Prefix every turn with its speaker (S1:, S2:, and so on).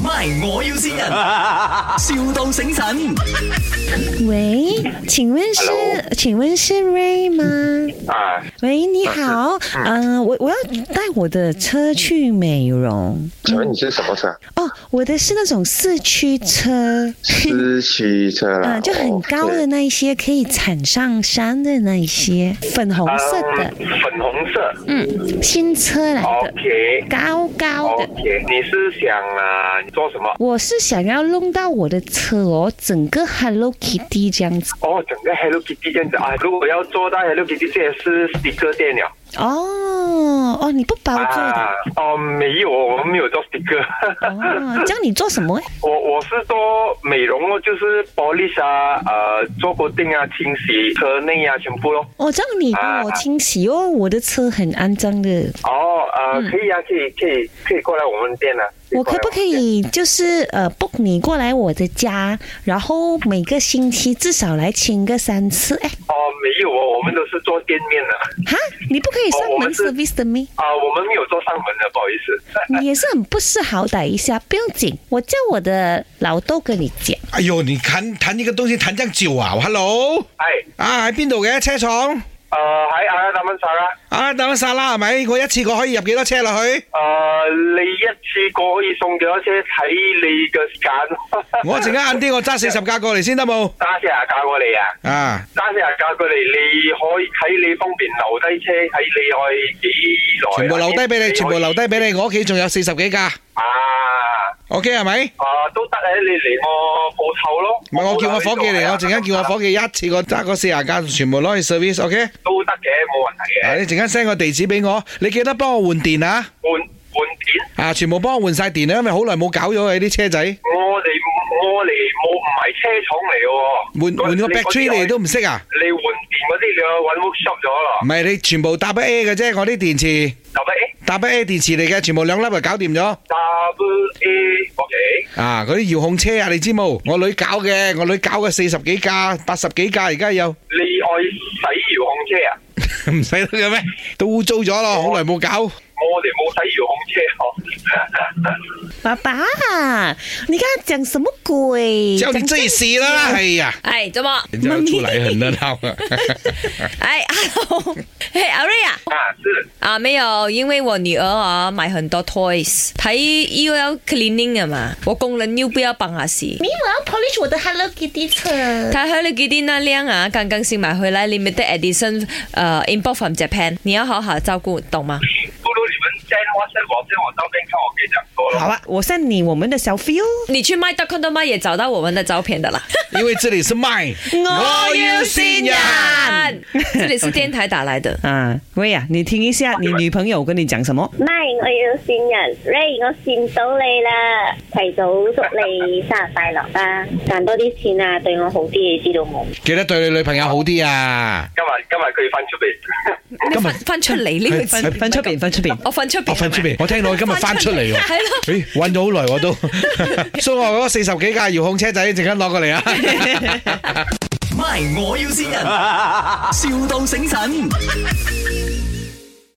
S1: ，MY 我要先人，,笑到醒神。
S2: 喂，请问是
S3: Hello
S2: 请问是 Ray 吗？
S3: 啊，
S2: 喂，你好，嗯、我我要带我的车去美容
S3: 请问你是什么车？
S2: 哦，我的是那种四驱车，
S3: 四驱车啦，哦
S2: 呃，就很高的
S3: OK
S2: 那一些，可以铲上山的那一些，粉红色的，
S3: 嗯粉红色。
S2: 嗯，新车来的，
S3: OK
S2: 高高的。
S3: OK，你是想啊，你做什么？
S2: 我是想要弄到我的车哦，整个 Hello Kitty 这样子
S3: 哦，整个 Hello Kitty 这样子啊，如果要做到 Hello Kitty，这也是的哥店了
S2: 哦哦，你不包做的
S3: 啊。哦，没有，我们没有做的哥。
S2: 哦，这样你做什么？
S3: 我我是做美容哦，就是 polish 啊，呃，做固定啊，清洗车内啊，全部咯。
S2: 哦，这样你帮我
S3: 啊
S2: 清洗哦，我的车很肮脏的，
S3: 哦，呃，可以啊，可以，可以，可以过来我们店啊。
S2: 我嗯哦可不可以就是呃 book 你过来我的家，然后每个星期至少来清个三次？哎，
S3: 哦，没有哦，我们都是做店面的
S2: 哈，你不可以上
S3: 哦我
S2: 门
S3: 们是
S2: service 的咩？
S3: 啊，我们没有做上门的，不好意思。
S2: 你也是很不识好歹一下，不用紧，我叫我的老豆跟你讲。
S4: 哎呦，你谈谈呢個東西談得照啊？Hello，
S3: 係，
S4: 啊喺邊度嘅車廠？
S3: 誒喺呃阿拉達文沙啦，
S4: 啊，等一剎啦，係咪？我一次過可以入幾多車落去？
S3: 誒呃你一次過可以送幾多車，睇你嘅時間。
S4: 我陣間晏啲我揸四十架過嚟先得冇？
S3: 揸四廿架過嚟啊！
S4: 啊，
S3: 揸四廿架過嚟，你可以睇你方便留低車，睇你可以幾耐。
S4: 全部留低俾你，全部留低俾你。我屋企仲有四十幾架
S3: 啊！
S4: ，OK 係咪？
S3: 啊，都得嘅，你嚟我鋪頭咯。
S4: 唔係我叫我伙計嚟，我陣間叫我伙
S3: 計
S4: 計一次過揸嗰四廿架全部攞去 service，OK？
S3: 都得嘅，冇問題
S4: 啊，
S3: 嘅。
S4: 你陣間 send 個地址俾我，你記得幫我換電啊！
S3: 換換件。
S4: 啊，全部幫我換晒電啊，因為好耐冇搞咗啊啲車仔，
S3: 我哋我哋冇唔係車廠嚟嘅喎，
S4: 換換個
S3: 你嗰啲
S4: battery 你都唔識啊？
S3: 你換電嗰啲你要揾 workshop 咗咯
S4: 唔，係你全部搭 A 嘅啫，我啲電池
S3: 就咪誒
S4: 搭 A 電池嚟嘅，全部兩粒就搞掂咗。
S3: W A OK，
S4: 啊，嗰啲遙控車啊，你知冇？我女搞嘅，我女搞嘅四十幾架、八十幾架，而家有
S3: 你愛洗遙控車啊？
S4: 唔使得嘅咩？都污糟咗咯，好耐冇搞。
S3: 我哋冇洗遙控啊車哦。
S2: 爸爸，你跟他讲什么鬼？
S4: 之後你自己試啦，哎呀，
S5: 哎，怎么？
S4: 人家都出嚟很熱鬧啊！
S5: 哎，hello，嘿， 阿瑞啊，
S3: 啊，是
S5: 啊，没有，因为我女儿啊买很多 toys，她又要 cleaning 啊嘛，我工人又不要帮她洗。
S2: 没有，我要 polish 我的 Hello Kitty 车。
S5: 她还有给的那辆啊，刚刚新买回来，limited edition，呃，import from Japan，你要好好照顾，懂吗？
S3: 不如你們 send WhatsApp 我 send 我照片，看我可以怎樣做咯。
S2: 好啊，我 send 你我们的小 feel。
S5: 你去 my dot com 的 my 也找到我们的照片的啦。
S4: 因為這裡是麥，先
S5: 这里是电台打来的。
S2: 啊，喂啊，你听一下，你女朋友跟你讲什么？
S6: 咪，我要善人，Ray，我善到你啦，提早祝你生日快樂啦，賺多啲錢啊，對我好啲，你知道冇？
S4: 記得對你女朋友好啲啊！
S3: 今日今日佢翻出嚟，
S5: 你翻翻出嚟呢個字，
S2: 翻出边，翻出边。
S5: 我翻出邊，
S4: 我啊哦翻出嚟，我聽到佢今日翻出嚟喎。
S5: 係咯。
S4: 咦，揾咗好耐我都，所以我嗰四十幾架遙控車仔，陣間攞過嚟啊！
S1: MY 我要先人，,笑到醒神。